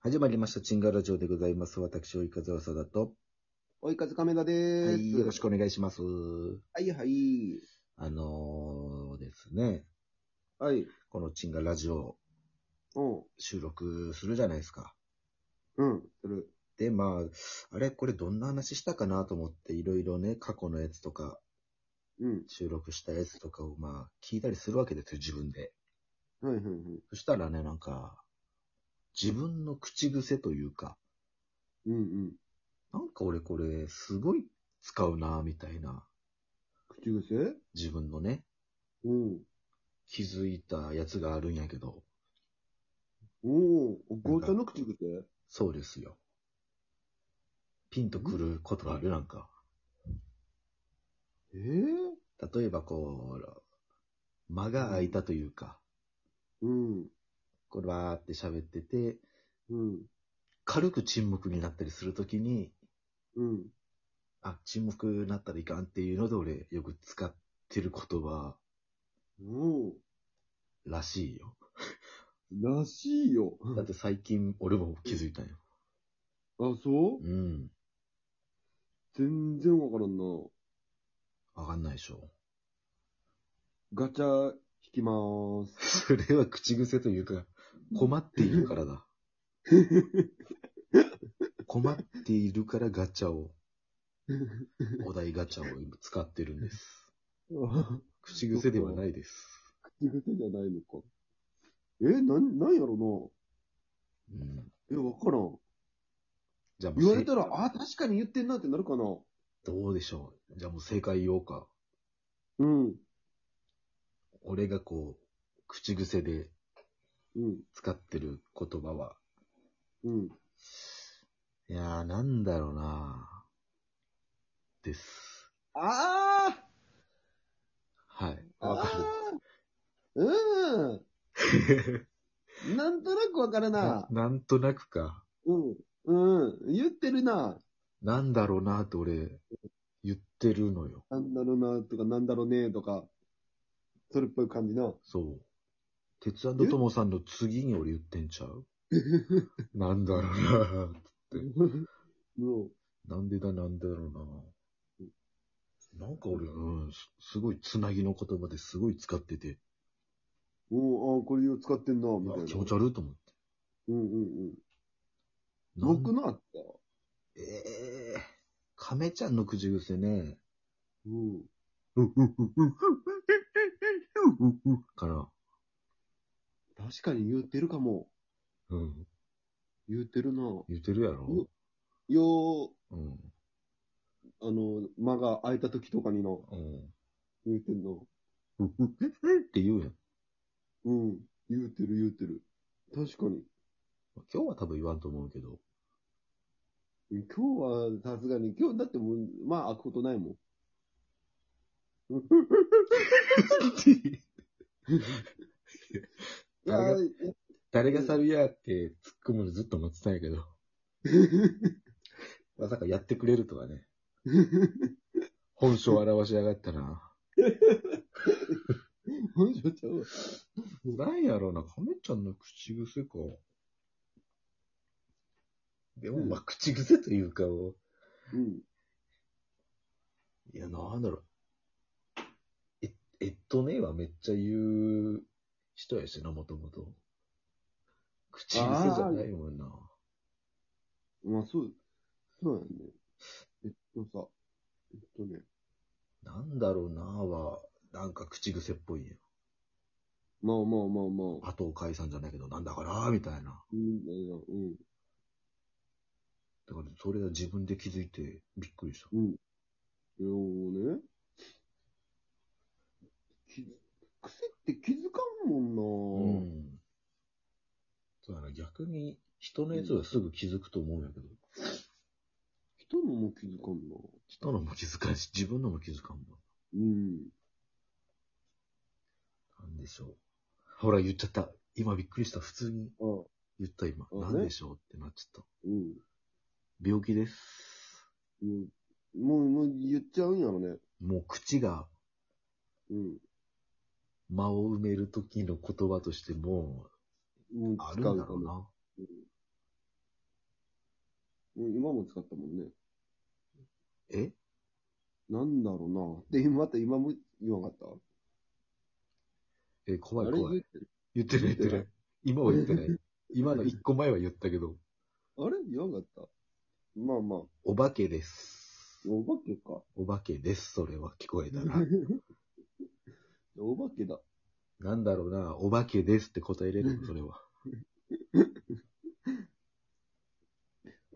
始まりました、チンガラジオでございます。私、及川さだと。追い風亀田ではーす。い、よろしくお願いします。はいはい。あのー、ですね、はい。このチンガラジオうん。収録するじゃないですか。うん。する。で、まあ、あれ、これどんな話したかなと思って、いろいろね、過去のやつとか、うん。収録したやつとかを、まあ、聞いたりするわけですよ、自分で。はいはいはい。そしたらね、なんか、自分の口癖というか、うんうん。なんか俺これ、すごい使うな、みたいな、口癖自分のね、うん。気づいたやつがあるんやけど、おーお、ゴーちゃんの口癖そうですよ。ピンとくることあるなんか。えー、例えばこう、間が空いたというか、うん。こうわーって喋ってて、うん。軽く沈黙になったりするときに、うん。あ、沈黙になったらいかんっていうので俺よく使ってる言葉おらしいよ。ーらしいよ。 だって最近俺も気づいたんよ。あ、そううん。全然わからんな。わかんないでしょ。ガチャ引きまーす。 それは口癖というか、困っているから だ。困っているからガチャを、お題ガチャを今使ってるん です。あ口癖ではないです。口癖じゃないのか。え、なん、なんやろうん、な。え、わからん。じゃあもう言われせたら、あ、確かに言ってんなってなるかな。どうでしょう。じゃあもう正解言おうか。うん。俺がこう、口癖でうん。使ってる言葉は、うん。いやーなんだろうなです。ああはい。あわかーうる。ーん。なんとなくわからな。 なんとなくか。うん。うん。言ってるな。なんだろうなって俺、言ってるのよ。なんだろうな、とか、なんだろうね、とか。それっぽい感 じな。そう。鉄腕ともさんの次に俺言ってんちゃう なんだろうなもなんでだなんだろうななんか俺、うん、すすごいつなぎの言葉ですごい使ってて、う、もう、ああ、これを使ってんな、うみたいわな。気持ち悪いと思って。うんうんうん。なん僕のあった。ええ亀ちゃんの口癖ね。うん。ううううううううかな。確かに言ってるかも。うん。言ってるな。言ってるやろようん。う、あの、間が空いた時とかにな、うん。言ってんの。うううって言うやん。うん。言うてる言うてる。確かに。今日は多分言わんと思うけ ど。今日はさすがに、今日だってもう、まあ開くことない もん。いやあー、誰がサビやって突っ込むのずっと待ってたんやけど、まさかやってくれるとは ね、本性を表しやがったな。本性ちゃうわなんやろうな、亀ちゃんの口癖か。でも、まあ、口癖というか、うん。いや、なんだろう。え、えっとねはめっちゃ言う人やしな、もともと。口癖じゃないもんな。まあそう、そうやね。えっとさ、えっとね、なんだろうなは、なんか口癖っぽいんや。まあまあまあまあ、後を解散じゃないけど、なんだから、みたいな。うん、うん、だから、それは自分で気づいて、びっくりした。うん。いや、もうね、き癖って気づかんもんな、ん。そうやな、逆に、人のやつはすぐ気づくと思うんやけど、人のも気づかんな人のも気づかんし、自分のも気づかんもん。うん。なんでしょう。ほら、言っちゃった。今びっくりした。普通にああ、言った、今。あねなんでしょうってなっちゃった。うん。病気です。うんもう、もう言っちゃうんやろね。もう口がうん。間を埋める時の言葉としてもう、もうある使んうだかろうも。な。うん今も使ったもんね。えなんだろうな。で、今また今も言わなかったえ、怖いあれ怖言い。ってる言ってない言ってない。今は言ってない。今の一個前は言ったけど、あれ言わなかったまあまあ、お化けです。お化けか。お化けです。それは聞こえたな。お化けだ。なんだろうな、お化けですって答えれるの、それは。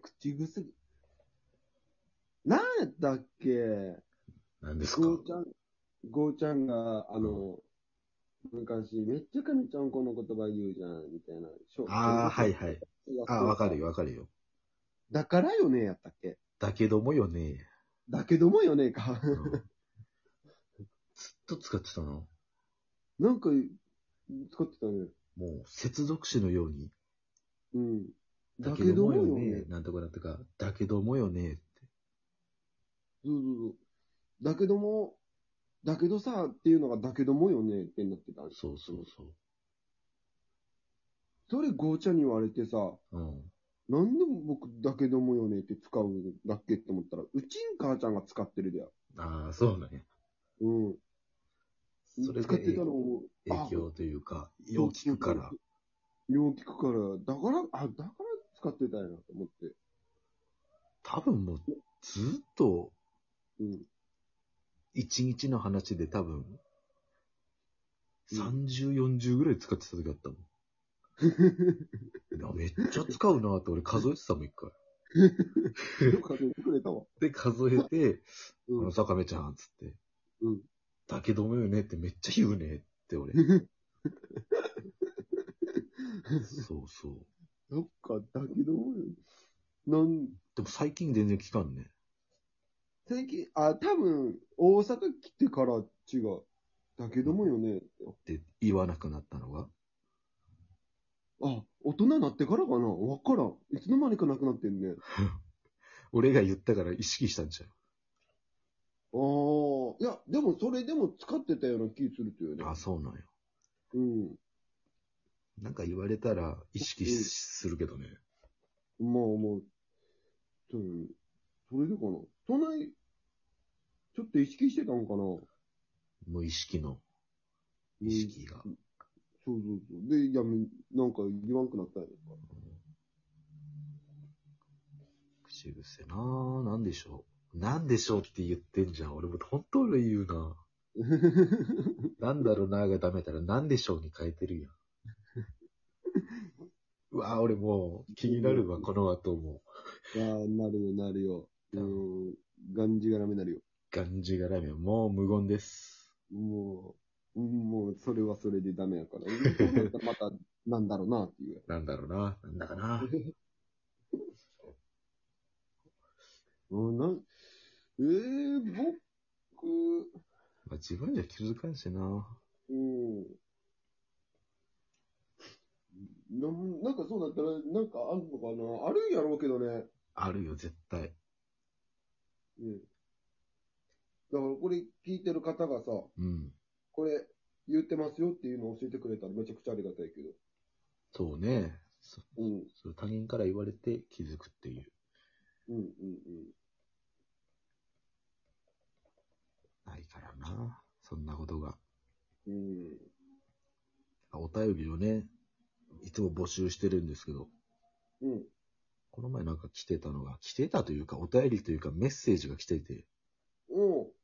口癖。なんやったっけなんですかゴーちゃん、ゴーちゃんが、あの、昔、めっちゃ金ちゃんこの言葉言うじゃん、みたいな。ああ、はい。はい。ああ、わかるよ、わかるよ。だからよね、やったっけだけどもよね。だけどもよね、か。 うん ずっと使ってたの。なんか、使ってたね。もう、接続詞のように。うん。だだけけどどももよよねね。。なんとかなんとか。だけどもよね。って。そうそうそう。だけども、だけどさ、っていうのがだけどもよね、ってなってた。そうそうそそれ、ゴーちゃんに言われてさ、う。うん。なんで僕、だけどもよねって使うんだっけって思ったら、うちん母ちゃんが使ってるでや。ああ、そうなんや。うん。それ使ってでたのを、あ影響というか、よう聞くから。。よう聞くから、だから、あ、だから使ってたんやなと思って。多分もう、ずっと、うん。一日の話で多分、うん30、40ぐらい使ってた時あったもん。いやめっちゃ使うなって俺数えてたもん、一回。 よく数えてくれたわ。で、数えて、あうの、ん。坂目ちゃん、つって。うん。だけどもよねってめっちゃ言うねって俺。そうそう。そっか、だけどもよね。なん、でも最近全然聞かんね。最近、あ、多分、大阪来てから違う。だけどもよね。って言わなくなったのが。あ、大人になってからかなわからん。いつの間にかなくなってんね。あ俺が言ったから意識したんちゃあ。いや、でもそれでも使ってたような気するというねう。。あ、そうなんよ。うん。なんか言われたら意識しするけどね。まあまあ、そうねそれでかな。そんなに、ちょっと意識してたのかな無意識の意識が。そうそうそう。で、やめ、なんか言わんく なったんやろか。口癖なぁ、なんでしょう。なんでしょうって言ってんじゃん。俺も本当俺言うななんだろうながダメたらなんでしょうに変えてるやん。うわぁ、俺もう気になるわ、この後も。ああ、なるよ、なるよ。うん、がんじがらめなるよ。がんじがらめ、もう無言です。もう、うんもう、それはそれでダメやから。そうなった らまた、なんだろうな、っていう。なんだろうな、なんだかな。うん、なん、ええ僕、まあ、自分じゃ気づかんしな。うん。なんなんかそうだったら、なんかあるのかなあるんやろうけどね。あるよ、絶対。うん。だからこれ聞いてる方がさ、うん。これ言ってますよっていうのを教えてくれたらめちゃくちゃありがたいけど。そうね。そうん、そう他人から言われて気づくっていう。うん、うん、ないからな。そんなことが。うん。うん。あお便りをね、いつも募集してるんですけど、うん。この前なんか来てたのが、来てたというか、お便りというかメッセージが来ていて、おう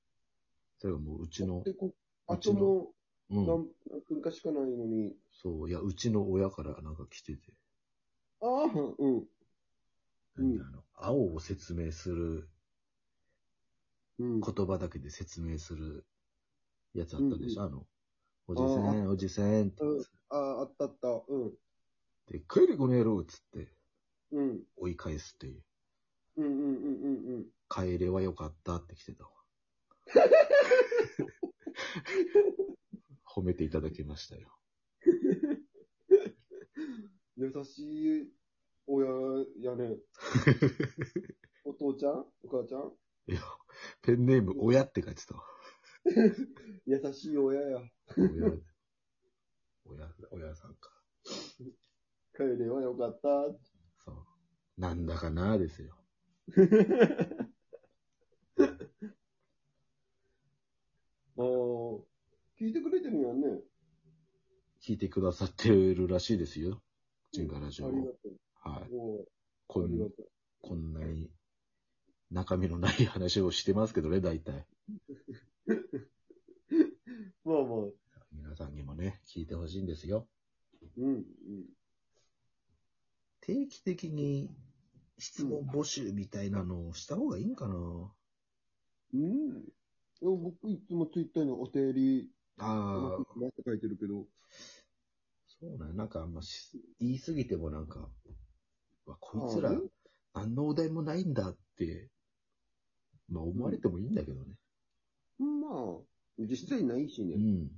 それがもううちので、、こ、うあちとの、のう何ん、何分かしかないのに。そう、いや、うちの親からなんか来てて、ああ、うん。うん何あの、青を説明する、うん。言葉だけで説明するやつあったでしょ、あの、おじあさーん、おじさんってやうんつ、ああ、あったあった。うん。で、帰れこの野郎っつってうん。追い返すっていう、うん、うん、うん、うん、うん。帰れはよかったって来てたわ。褒めていただきましたよ。優しい親や ねん。お父ちゃんお母ちゃんいや、ペンネーム、親って書いてたわ。優しい親や。親、親、親さんか。帰れはよかった。 そう。なんだかなーですよ。ああ、聞いてくれてるんやんね。聞いてくださってるらしいですよ。チンガラジオありがとう。はい。もこうありがんとう。こんなに中身のない話をしてますけどね、大体。まあまあ、皆さんにもね、聞いてほしいんですよ。うん、うん。定期的に質問募集みたいなのをした方がいいんかな、うん。でも僕いつもツイッターにお手入り、ああうま、くいきました書いてるけど、そうなんやなんかあんまし言いすぎてもなんか、うわこいつあらあね何のお題もないんだって、まあ思われてもいいんだけどね。まあ、実際ないしうね。ん。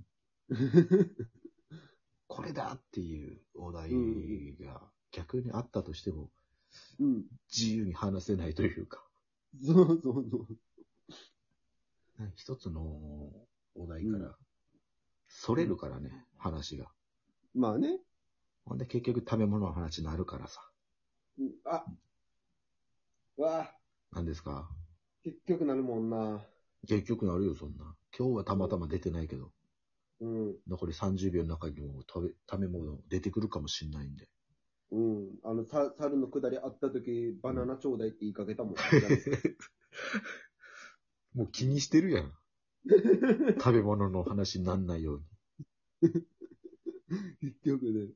これだっていうお題が逆にあったとしても うん。自由に話せないというか、そうそうそう。なんか一つのお題かうんら、それるからね、話が。まあね。ほんで結局食べ物の話になるからさ。うんあ、わあ、何ですか結局なるもんな。結局なるよ、そんな。今日はたまたま出てないけど。うん、残り30秒の中にも食べ、食べ物出てくるかもしんないんで。うん。あの、さ、猿の下りあった時、バナナちょうだいって言いかけ たもん。もう気にしてるや ん。食べ物の話になんないように。結局ね。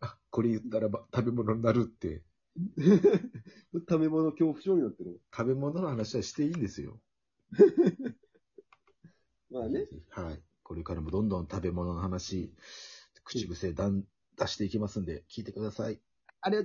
あ、これ言ったらば食べ物になるって。食べ物恐怖症になってる。食べ物の話はしていいんですよ。まあね。はい。これからもどんどん食べ物の話、口癖だん出していきますんで、聞いてください。ありがとう